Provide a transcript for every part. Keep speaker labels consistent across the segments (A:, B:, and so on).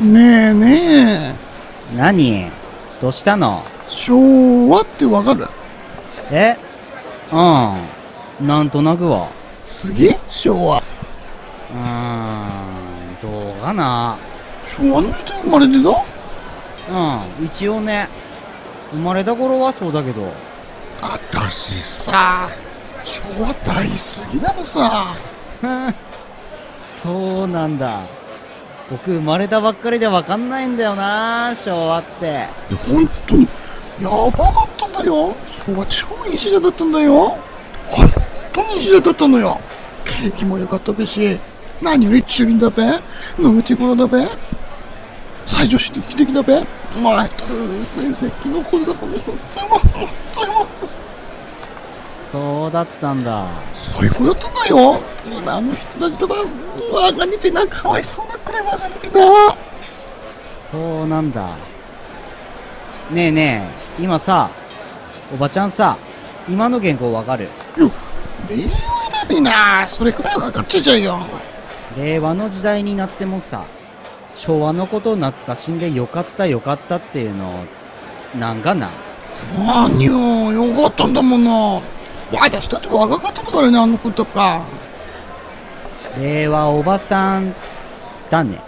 A: ねえね
B: 何どうしたの
A: え昭和ってわかる
B: えうんなんとなくは
A: すげえ昭和
B: うーんどうかな
A: 昭和の人生まれてた
B: うん一応ね生まれた頃はそうだけど
A: あたしさ昭和大好きなのさ
B: そうなんだ僕生まれたばっかりでわかんないんだよな昭和って
A: 本当にやばかったんだよ昭和超いい時代だったんだよ本当にいい時代だったのよ景気も良かったべし何よりチュリンだべ飲むてごろだべ最上手に生きてきだべまあと先生昨日これだから本当にもう本当にもう
B: そうだったんだ
A: そういうことだったんだよ今あの人たちとはうん我がにぴなかわいそうなくらい我がにぴな
B: そうなんだねえねえ今さおばちゃんさ今の言語わかる
A: 令和だべなそれくらい分かっちゃいちゃうよ
B: 令和の時代になってもさ昭和のことを懐かしんでよかったよかったっていうのなんかな
A: 何よ、よかったんだもの。私だって若かったからね、あの子とか。
B: 令和おばさんだね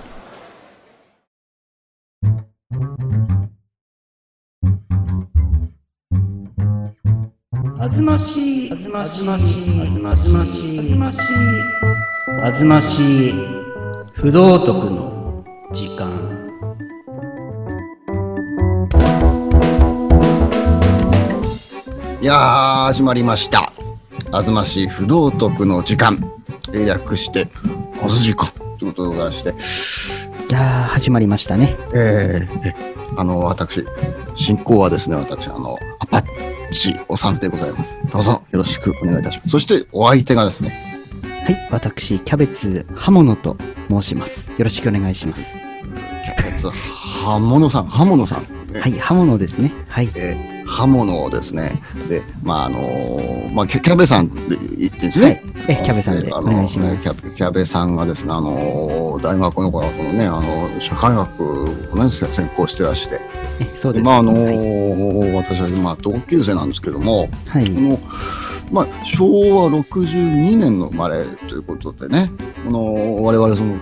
B: あずましいあずましいあずましいあずましいあずましい不道徳の時間
A: いやー、始まりました。あずましい不道徳の時間。えー略して、あずじか。ということでございまして。
B: いやー始まりましたね
A: えー、えあの、私、進行はですね、私、あの、アパッチおさんでございます。どうぞ、よろしくお願いいたします。そして、お相手がですね、
B: はい私キャベツ刃物と申しますよろしくお願いします
A: キャベツ、刃物さん、刃物さん。ね
B: はい刃物ですねはい
A: えー刃物をですね、で、まああのーまあ、キャキャベさんって言ってんです
B: は
A: ね。
B: いえキャベさんで
A: あ
B: お
A: の
B: 願いしま
A: キ
B: す
A: ャベキャベさんがですね、あのー大学の頃はこのね、あの社会学を、ね、せ専攻してらして、
B: えそう
A: で
B: です
A: まああの
B: はい
A: ー私は今同級生なんですけども、
B: はい
A: このまあ、昭和62年の生まれということでね、この我々その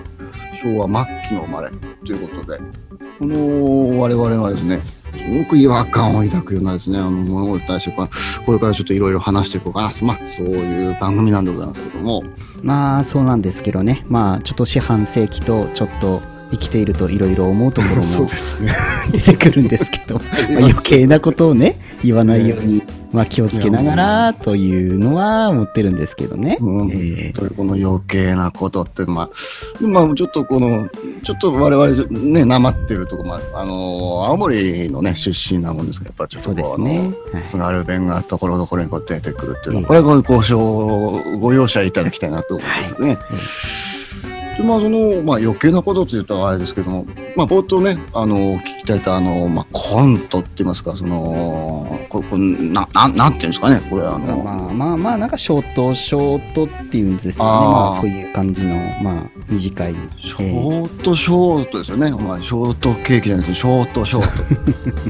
A: 昭和末期の生まれということで、この我々はですね、すごく違和感を抱くようなですね、あの物事に対してここれからちょっといろいろ話していこうかな、まあ、そういう番組なんでございますけども、
B: まあそうなんですけどねまあちょっと四半世紀とちょっと生きているといろいろ思うところも
A: すね。
B: 出てくるんですけど、 ま あ余計なことをね言わないように、まあ、気をつけながらというのは思ってるんですけどね、
A: うん
B: ええ
A: というこの余計なことって、まあ、まあ、ちょっとこの、ちょっと我々ね、なまってるとこもある、あの青森のね、出身なもんですから、やっぱちょっ
B: そ
A: と
B: うで
A: こ
B: す
A: う、
B: ね、はい
A: あの、津軽弁がところどころにこう出てくるっていうのは、
B: ええ
A: これはごごご容赦いただきたいなと思いますね。でまあ、その、まあ、余計なことって言うとあれですけども、まあ、冒頭ね、あの、聞きたいと、あの、まあ、コントって言いますか、その、ここなななんていうんですかね、これ、あの、
B: まあまあまあなんかショートショートっていうんですよね
A: あー
B: まあそういう感じのまあ短い、え
A: シ
B: え
A: ョートショートですよね、まあ、ショートケーキじゃなくてショートショー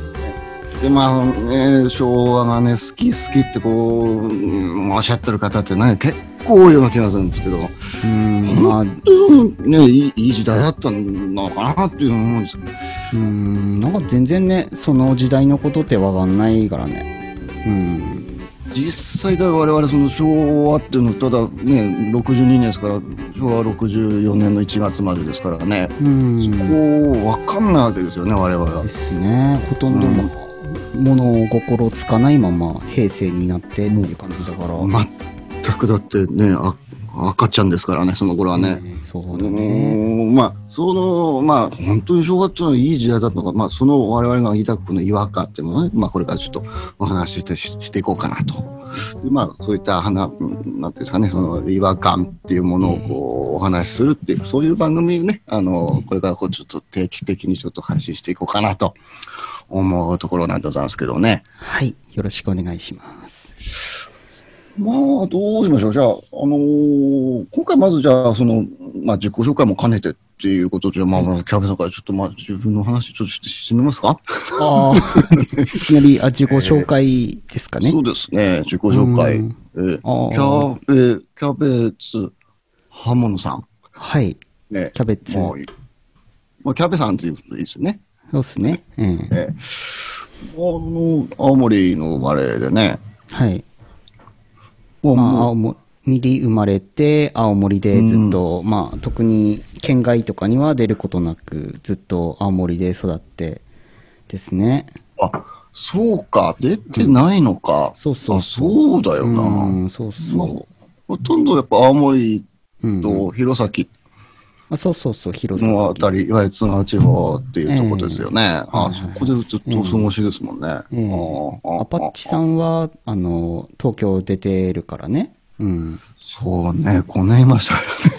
A: トでまあ、ね、昭和がね好き好きってこう、うんおっしゃってる方ってね結構多いような気がするんですけど、
B: うんまあ
A: うんね、いいいい時代だったのかなっていうの思うんですけど
B: うんなんか全然ねその時代のことってわかんないからねうん
A: 実際だから我々その昭和っていうのただね62年ですから昭和64年の1月までですからね
B: うん
A: こう分かんないわけですよね我々は
B: で。すねほとんど
A: うん
B: も物心つかないまま平成になってっていう感じだから、
A: 全くだってねあ赤ちゃんですからねその頃はね。
B: うんそう
A: う
B: だね
A: ーんまあそのまあ本当に昭和っていうのはいい時代だったのか、まあ、その我々が言いたくこの違和感っていうものをね、まあ、これからちょっとお話ししてししていこうかなと。でまあそういった花なんていうんですかねその違和感っていうものをこうお話しするっていうそういう番組をねあのこれからこうちょっと定期的にちょっと配信していこうかなと思うところなんでございますけどね。
B: はいよろしくお願いします
A: まあ、どうしましょう。じゃあ、あのー今回まずじゃあ、その、まあ、自己紹介も兼ねてっていうことで、まあ、まあキャベさんからちょっと、まあ、自分の話ちょっとしてしてみますか、
B: あ あ、いきなり、あ、自己紹介です かね。
A: そうですね、自己紹介。
B: うん
A: えー
B: あー
A: キャベ、キャベツ、ハモさん。
B: はい。
A: ね、
B: キャベツ
A: もういまあ、キャベさんっていうことでいいですね。
B: そうですね。うん。
A: えーあの、青森の生まれでね、
B: はい。
A: もう、
B: まあ、
A: もう
B: 青森に生まれて、青森でずっと、まあ、特に県外とかには出ることなく、ずっと青森で育ってですね。
A: あ、そうか、出てないのか。
B: そうそう
A: あそうだよな。
B: うん、そう
A: ま
B: そ
A: あ
B: う。
A: ほとんどやっぱ青森
B: うん。
A: と弘前
B: あそうそうそう、広さ。
A: のあたり、いわゆる津軽地方っていうとこですよね。あ
B: はい
A: そこでずっとお過ごしですもんね。
B: ええ
A: あああ
B: アパッチさんは、あの、東京出てるからね。 うん。
A: そうね、5年いました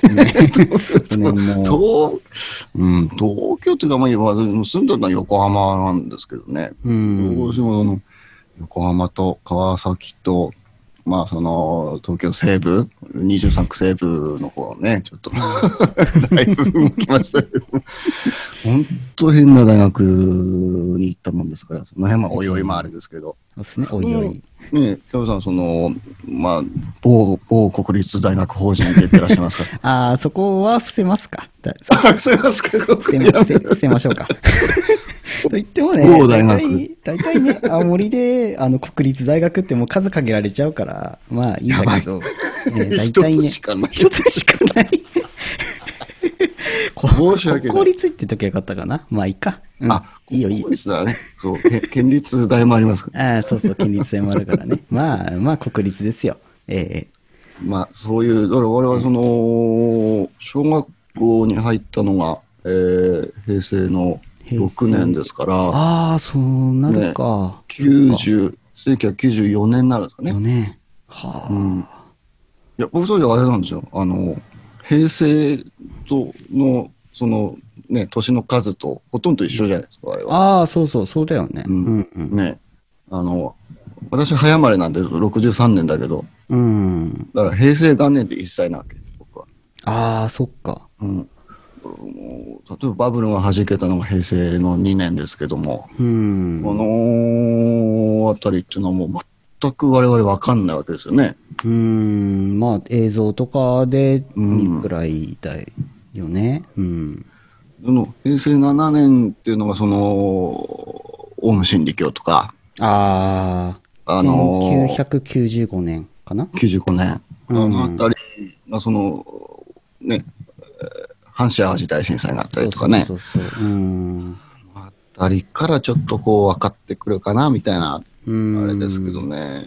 A: よね。
B: 去年も。
A: 東うん、東京っていうか、まあ、今住んでるのは横浜なんですけどね。
B: うん。
A: 私もあの横浜と川崎と、まあ、その東京西部、23区西部の方はね、ちょっと だいぶ動きましたけど、本当変な大学に行ったもんですから、その辺はおいおいもあれですけど、
B: そうですね、おいお
A: うん
B: い。
A: ねえ、キャブさん、その、まあ、某、某国立大学法人でいってらっしゃいますか
B: ああ、そこは伏せますか。だ
A: あすいません、ここ
B: 伏せま伏せ伏せましょうか。 と言ってもね、
A: 某
B: 大
A: 大学
B: 体、大体ね、青森で、あの、国立大学ってもう数限られちゃうから、まあいいんだけど、ね、 大体
A: 一つ
B: ね、
A: しかない
B: 一つしか ない。こ
A: 申し訳ない
B: 国公立って言っときゃよかったかな。まあいいか。うん
A: あ、
B: いいよいいよ
A: 国。立だね。そう、け県立大もありますから。
B: ああ、そうそう、県立性もあるか らね。まあ、まあ国立ですよ。ええ
A: まあ、そういう、だから我々はその、小学校に入ったのが、えー平成の
B: 平成
A: 6年ですから、
B: ああ、そうなるか。
A: 90、1994年になるんですかね
B: よ。ね。はあ。
A: いや、僕それあれなんですよ。あの、平成との、その、ね、年の数とほとんど一緒じゃないですか、あれは。
B: ああ、そうそう、そうだよね。う、
A: うんん
B: うん、
A: ね。あの、私早生まれなんで63年だけど、
B: うん。
A: だから平成元年って1歳なわけ、僕は。
B: ああ、そっか。
A: うん、もう例えばバブルがはじけたのが平成の2年ですけども、
B: うん。
A: このあたりっていうのはもう全く我々わかんないわけですよね。
B: うん、まあ、映像とかで
A: うん
B: 見くらいだよね。うん。
A: その平成7年っていうのがそのオウム真理教とか、
B: ああ、
A: あの
B: 1995年かな。
A: 95年、
B: うん
A: あのあたりがそのね、えー阪神・淡路大震災があったりとかね、
B: そうそうそう。うん。
A: あたりからちょっとこう分かってくるかなみたいな
B: うん
A: あれですけどね。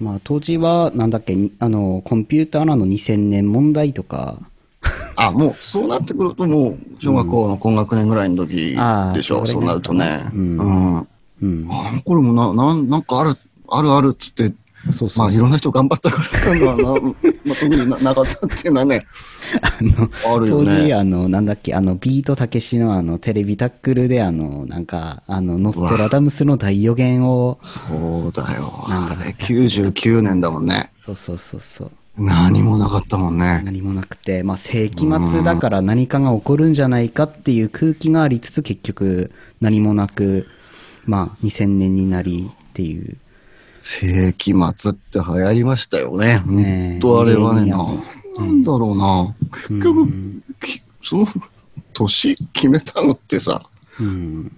B: まあ、当時は、なんだっけ、にあの、コンピューターなの2000年問題とか、
A: あ、もうそうなってくると、もう小学校の高学年ぐらいの時
B: あー
A: でしょ、う
B: そ
A: そうう
B: な
A: な
B: る
A: る
B: と
A: と
B: ね
A: ね。
B: うん
A: うん。あ
B: うん。
A: これもな、なんなんかある、あるあるっつって、
B: そうそ
A: ま
B: う。
A: あいろんな人頑張ったからな んだろうな、まあ特にななかったっていうのはね、
B: あの、
A: あるよ
B: 当時、
A: ね。
B: あの、なんだっけ、あの、ビートたけしのあの、テレビタックルで、あの、なんか、あの、ノストラダムスの大予言を、
A: そうだよ。あれ、99年だもんね。
B: そうそうそうそう、
A: 何もなかったもんね。
B: 何もなくて、まあ、世紀末だから何かが起こるんじゃないかっていう空気がありつつ、結局、何もなく、まあ、2000年になりっていう。
A: 世紀末って流行りましたよね。
B: ね
A: 本
B: え
A: 当あれは
B: ミレニ
A: ね、
B: ア
A: な
B: ム
A: なんだろうな。結局、きその、年決めたのってさ、
B: うん。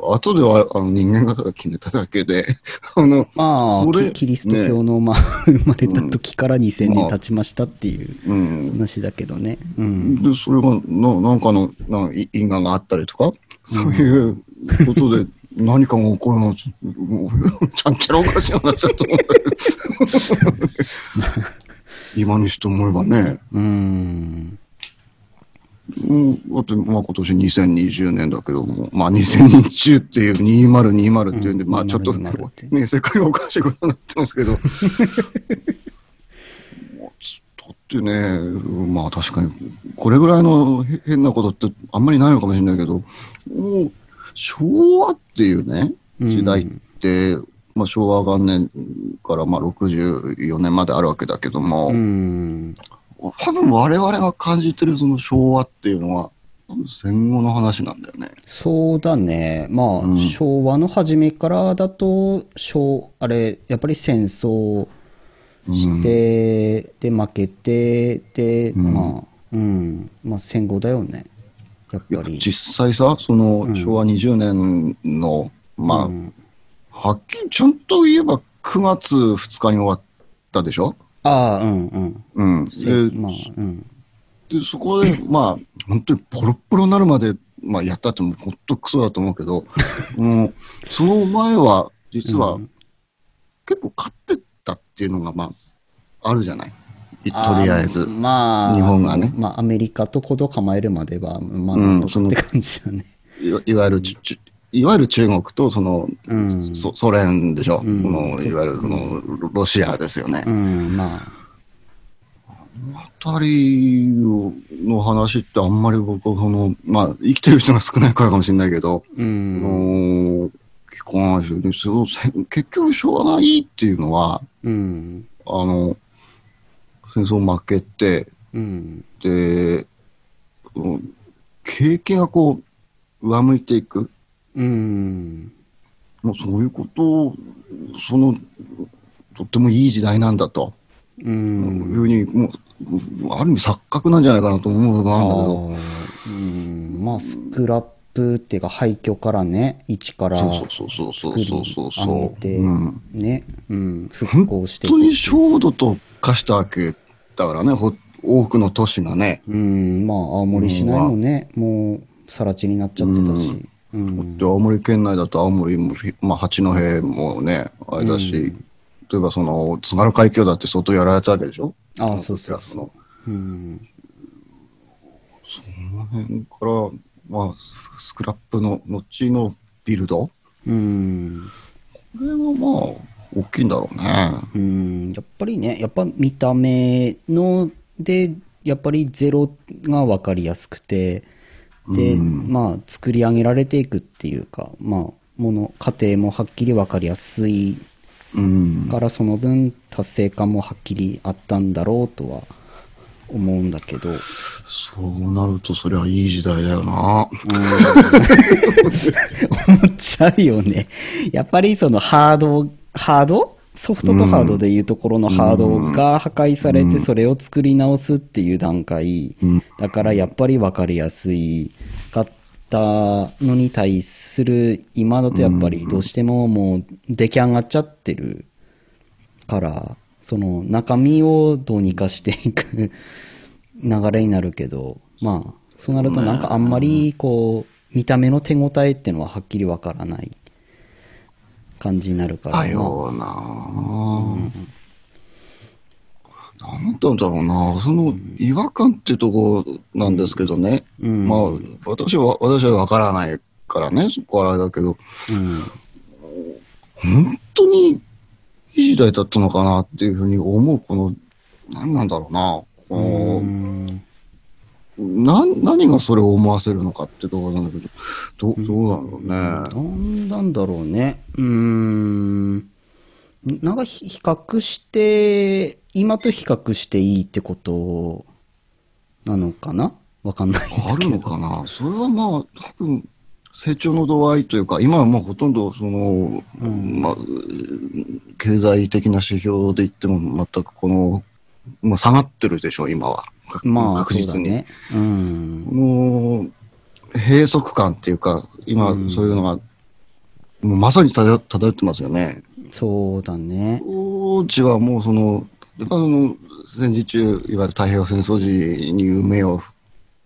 A: 後ではあの人間が決めただけで、 あの、
B: まあ、
A: それ
B: キキリスト教の、まあ、生まれた時から2000年経ちましたっていう
A: うん。
B: 話だけどね。うん。
A: で、それが、ななんかのなんい因果があったりとか、そういうこと で何かが起こるの、 もう、ちゃんちゃらおかしいなっちゃったもんだけど 今にして思えばね、
B: うん。
A: うん、だって、まあ、今年2020年だけども、まあ、2020っていう2020っていうんで、
B: うん
A: まあ、ちょっと、
B: 2020って
A: ね、世界がおかしいことになってますけ ど。もうだってね、まあ確かに、これぐらいのへ変なことってあんまりないのかもしれないけど、もう、昭和っていうね、時代って、まあ昭和元年からまあ64年まであるわけだけども、
B: うん。
A: 多分我々が感じてるその昭和っていうのは戦後の話なんだよね。
B: そうだね。まあ、
A: うん
B: 昭和の初めからだと、昭、あれ、やっぱり戦争して、で、負けて、で、
A: うん
B: まあ、うん、まあ戦後だよね。やっ
A: いや
B: ぱり。
A: 実際さ、その
B: うん
A: 昭和20年の、まあ、
B: うん
A: はっきりちゃんと言えば9月2日に終わったでしょ、
B: ああ、うんうん。
A: うん、で
B: せまあ、うん。
A: でそこ で、まあ、本当にポロッポロになるまで、まあ、やったってもうほんとクソだと思うけ ど、うん、その前は実は、
B: うん
A: 結構勝ってったっていうのが、まあ、あるじゃないいとりあえ
B: ー
A: ず。
B: まあ、
A: 日本がね
B: まあ、アメリカとこと構えるまでは、まあ、
A: うん
B: なんと
A: そ
B: かっ
A: の
B: て感じだね。
A: いわいわゆるちちいわゆる中国とその、
B: うん。
A: そソ連でしょ、
B: うん
A: このいわゆるそのロロシアですよね。
B: うん、まあ。
A: 二人の話ってあんまり僕はその、まあ、生きてる人が少ないからかもしれないけど、
B: う
A: あの
B: ん。
A: ー聞かないですよねそのせ結局昭和がいいっていうのは
B: うん。
A: あの戦争負けて
B: うん。
A: でうん景気がこう上向いていく
B: うん。
A: もうそういうことをそのとってもいい時代なんだと、
B: う。
A: いうんふうにもうある意味錯覚なんじゃないかなと思うのがあるんだけど。
B: あーうんまあ、スクラップっていうか、廃墟からね、一から
A: そうそうそうそうそうそう
B: 作り上
A: そ
B: げ
A: う。
B: て
A: うん。
B: ね、うん、復興してい
A: 本当に
B: く。
A: 焦土と化したわけだからね、ほ多くの都市がね。
B: うん、まあ、青森市内もね、もう、更地になっちゃってたし。うん
A: で、。青森県内だと青森も、まあ、八戸もね、あれだし、例えばその津軽海峡だって相当やられたわけでしょ
B: ああ、そうそう
A: いやその
B: うん。
A: この辺から、まあ、ススクラップの後のビルドこ
B: うん。
A: れがまあ、大きいんだろうね。
B: うん、やっぱりね、やっぱ見た目ので、やっぱりゼロが分かりやすくて、で、まあ、作り上げられていくっていうか、まあ、もの、過程もはっきり分かりやすい
A: うん。
B: から、その分、達成感もはっきりあったんだろうとは思うんだけど、
A: そうなると、そりゃいい時代だよな。
B: 思っちゃうよね。やっぱりそのハード、ハードソフトとハードでいうところのハードが破壊されてそれを作り直すっていう段階
A: ん
B: だからやっぱり分かりやすいかったのに対する今だとやっぱりどうしてももう出来上がっちゃってるからその中身をどうにかしていく 流れになるけどまあそうなるとなんかあんまりこう見た目の手応えってのははっきりわからない感じになるから
A: だよなぁ。なんて言うんだろうなその違和感っていうとこなんですけどね。
B: うん
A: まあ、私は、私はわからないからね、そこはあれだけど、
B: うん
A: 本当にいい時代だったのかなっていうふうに思う、この、何なんだろうなこ
B: うん
A: のな何がそれを思わせるのかっていうところなんだけど、どうどうなんだろうね。
B: なんなんだろうねうーんなんかひ比較して今と比較していいってことなのかなわかんない
A: あるのかなそれはまあ、多分、成長の度合いというか、今はもうほとんど、その、まあ、経済的な指標で言っても、全くこの、まあ、下がってるでしょ、今は。か
B: まあ
A: 確実に。
B: そうだねうん
A: この、閉塞感っていうか、今、そういうのが、もうまさに漂漂ってますよね。
B: そうだね
A: 当時はもうその、やっぱその戦時中、いわゆる太平洋戦争時に夢を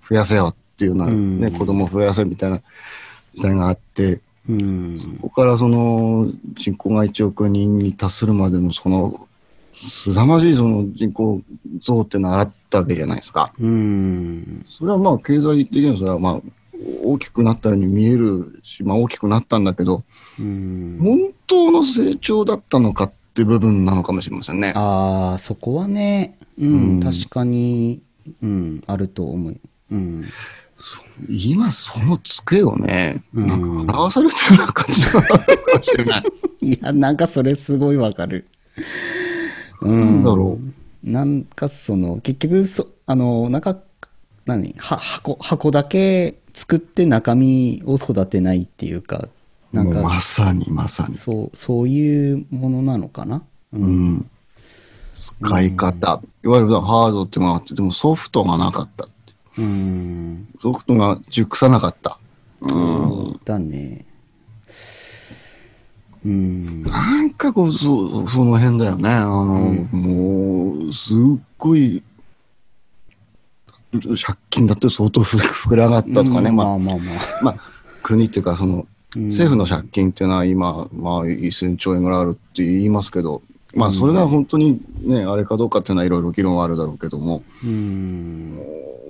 A: 増やせよっていうような、
B: うん
A: ね子供を増やせみたいな時代があって、
B: うん
A: ここからその人口が1億人に達するまでの、その、凄まじいその人口増ってのがあったわけじゃないですか。
B: うん
A: それはまあ経済的にはそれはまあ大きくなったように見えるし、まあ大きくなったんだけど、
B: うん
A: 本当の成長だったのかって部分なのかもしれませんね。
B: ああそこはねうん、確かにうんあると思ううん
A: 今その机をね、
B: うん
A: なんか表されてるような感じがあるかもしれない。
B: いやなんかそれすごいわかるう
A: なん
B: ん
A: だろ
B: なんかその結局そあのなんか何は箱箱だけ作って中身を育てないっていうかなん
A: もう
B: か
A: まさにまさに。
B: そうそういうものなのかな、うん
A: うん。使い方。いわゆるハードってものがあって、でもソフトがなかった。
B: うん
A: ソフトが熟さなかった。うん。
B: だねうん
A: なんかこう、そその辺だよね。あの、もう、すっごい、借金だって相当ふ膨らがったとかね。
B: うん
A: まあ
B: ま、あまあまあ
A: まあ、国っていうか、その、
B: うん
A: 政府の借金っていうのは今、まあ、1000兆円ぐらいあるって言いますけど、まあ、それが本当にね、あれかどうかっていうのはいろいろ議論はあるだろうけども、
B: うん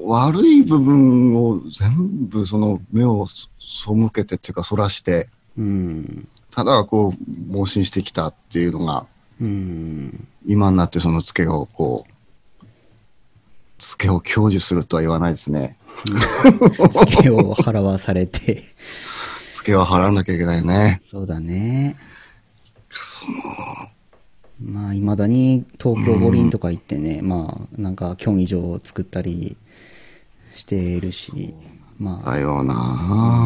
A: 悪い部分を全部その目をそ背けてっていうか、そらして、
B: うん
A: ただこう、盲信してきたっていうのが、
B: うん
A: 今になってそのツケをこう、ツケを享受するとは言わないですね。
B: 付けを払わされて
A: ツケは払わなきゃいけないね。
B: そうだね
A: そ
B: まあいまだに東京五輪とか行ってね、まあなんか競技場を作ったりしているしまあ
A: だよな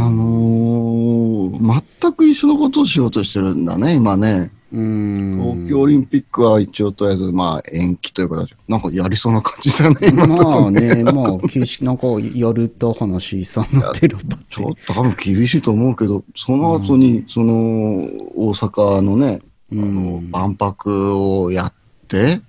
A: あもう、全く一緒のことをしようとしてるんだね、今ね。
B: うーん
A: 東京オリンピックは一応とりあえず、まあ延期という形。なんかやりそうな感じだね、今のとこ
B: まあ
A: ね。
B: ねまあ休止 なんかやると話しそうなってるばっ
A: ちょっと多分厳しいと思うけど、その後に、その、大阪のね、あの、万博をやって、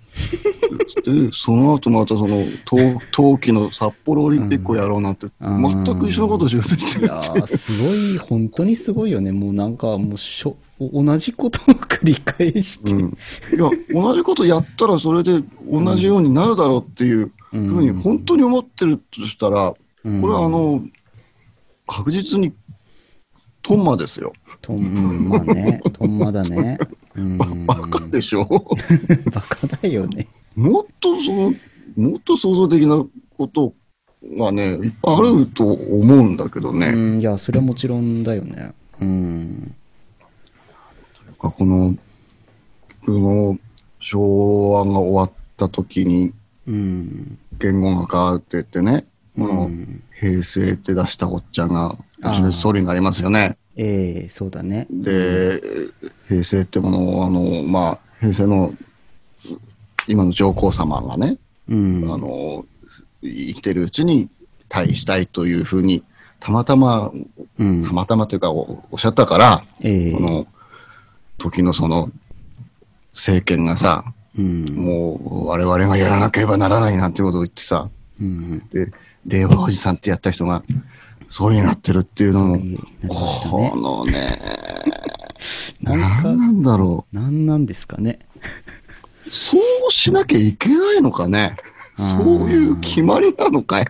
A: で、その後またその、冬冬季の札幌オリンピックをやろうなんて、
B: うん
A: 全く一緒のことをしようとして
B: い
A: る
B: や
A: っていう
B: ーすごい本当にすごいよねもうなんかもうしょ同じことを繰り返して、
A: いや同じことやったらそれで同じようになるだろうっていうふうに本当に思ってるとしたら、
B: うん
A: これはあの確実にトンマですよ。
B: とうん、まあねとんまだねうん
A: バカでしょ
B: バカだよね
A: もっとそのもっと想像的なことがねいっぱいあると思うんだけどね、
B: うんいやそれはもちろんだよねうん
A: このこの昭和が終わった時に
B: うん
A: 言語が変わってってね、この
B: うん
A: 平成って出したおっちゃんが、
B: あー
A: 後で総理になりますよね。
B: ええそうだね
A: で、平成ってものを、あの、まあ、平成の、今の上皇様がね、
B: うん
A: あの、生きてるうちに退位したいというふうに、たまたま、
B: うん
A: たまたまというかお、おっしゃったから、
B: ええ
A: この、時のその、政権がさ、
B: うん
A: もう我々がやらなければならないなんてことを言ってさ、
B: うん
A: で、令和おじさんってやった人が、総理になってるっていうのも、
B: 総理になりましたね
A: このね、
B: なん
A: 何
B: か
A: なんだろ
B: なんなんですかね
A: う。そうしなきゃいけないのかね。
B: あー
A: そういう決まりなのかい。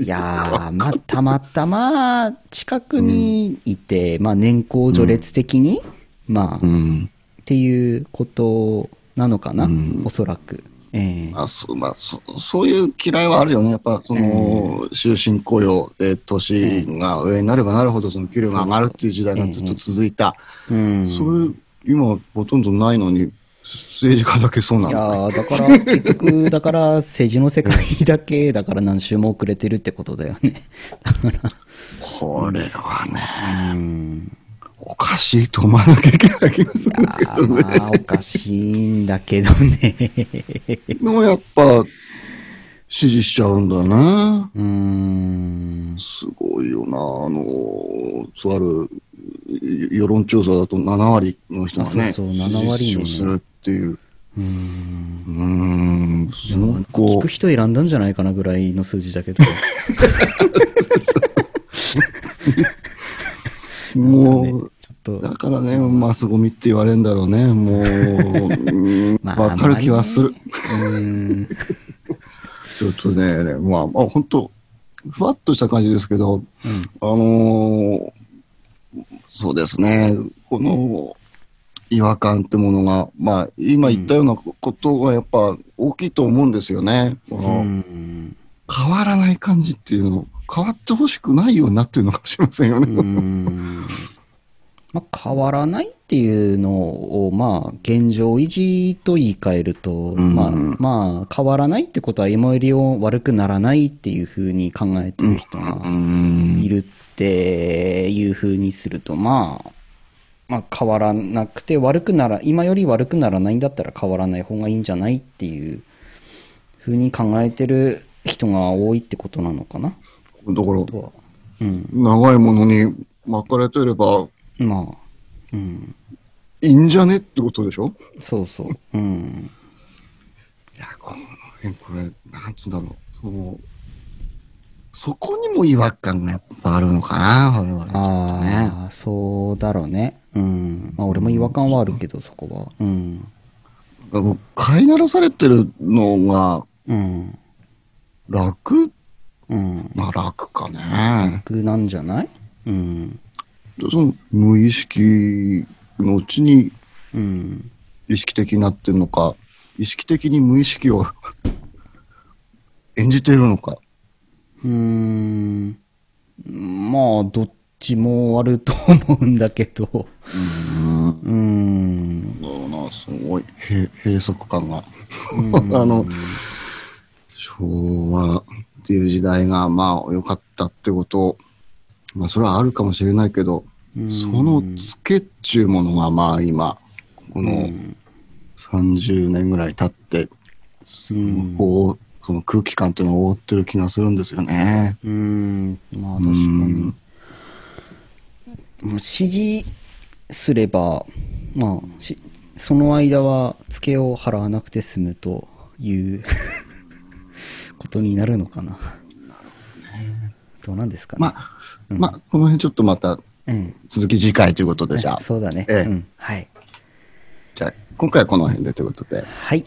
B: いやー、まあ、たまたま近くにいて、まあ、年功序列的に、まあ、
A: う
B: っ
A: ん。
B: ていうことなのかな、
A: うん
B: おそらく。ええ
A: まあ、そう、まあ、そそういう嫌いはあるよね。やっぱ、その、終身雇用で、年が上になればなるほど、その給料が上がるっていう時代がずっと続いた。
B: うん。
A: それ、今、ほとんどないのに、政治家だけそうないん
B: や
A: だね。
B: ーだから、結局、だから、政治の世界だけ、だから何週も遅れてるってことだよね。だか
A: これはね。
B: ら、うん。
A: おかしいと思わなきゃいけない気がするんだけ
B: あ
A: どね。
B: ーまあ、おかしいんだけど ね。
A: でもやっぱ、支持しちゃうんだよね。
B: うーん。
A: すごいよな。あの、とあるよ世論調査だと7割の人がね、
B: あそうそう7割
A: 支
B: ね
A: 持をするっていう。
B: うーん
A: うーん、すごくこ
B: 聞く人選んだんじゃないかなぐらいの数字だけど。
A: う、もう、
B: ちょっと
A: だからね、マスゴミって言われるんだろうね。もう、うん
B: まあ
A: わかる気はする。
B: うん。
A: ちょっとね、まあ、まあ、本当ふわっとした感じですけど、あのーそうですね、この違和感ってものが、まあ、今言ったようなことがやっぱ大きいと思うんですよね。こ
B: う
A: の
B: ん。
A: 変わらない感じっていうの、変わってほしくないようになってるのかもしれませんよね。
B: うんまあ、変わらないっていうのを、まあ、現状維持と言い換えると、
A: ん
B: まあ、まあ、変わらないってことは、今よりを悪くならないっていうふうに考えてる人がいるっていうふうにすると、まあ、まあ、変わらなくて、悪くなら、今より悪くならないんだったら変わらない方がいいんじゃないっていうふうに考えてる人が多いってことなのかな、
A: だから、
B: とは。うん。
A: 長いものに巻かれてれば
B: まあ、うん。
A: いいんじゃねってことでしょ
B: そうそう。うん。
A: いや、この辺、これ、なんつうんだろう。そのそこにも違和感がやっぱあるのかな、我々。
B: ああ、そうだろうね。うん。まあ、俺も違和感はあるけど、そこは。うん。
A: 僕、飼いならされてるのが
B: うん。
A: 楽、
B: うん。
A: まあ楽かね。
B: 楽なんじゃないうん。
A: その無意識のうちに
B: うん。
A: 意識的になってるのか、意識的に無意識を 演じてるのか。
B: うーん。まあ、どっちもあると思うんだけど。
A: うん。
B: うん。
A: だろうな、すごい閉閉塞感が。 あの、昭和っていう時代がまあ良かったってこと、まあそれはあるかもしれないけど、そのつけっちゅうものがまあ今、この30年ぐらい経って、すごくこうその空気感っていうのを覆ってる気がするんですよね。
B: うん。まあ、確
A: う
B: かに。
A: ん
B: もう支持すれば、まあ、しその間はツケを払わなくて済むという ことになるのかな。どうなんですかね。
A: まあ、まあ、この辺ちょっとまた
B: うん、
A: 続き次回ということで、じゃあ、
B: そうだね、
A: ええ
B: うん。はい。
A: じゃあ今回はこの辺でということで。
B: はい。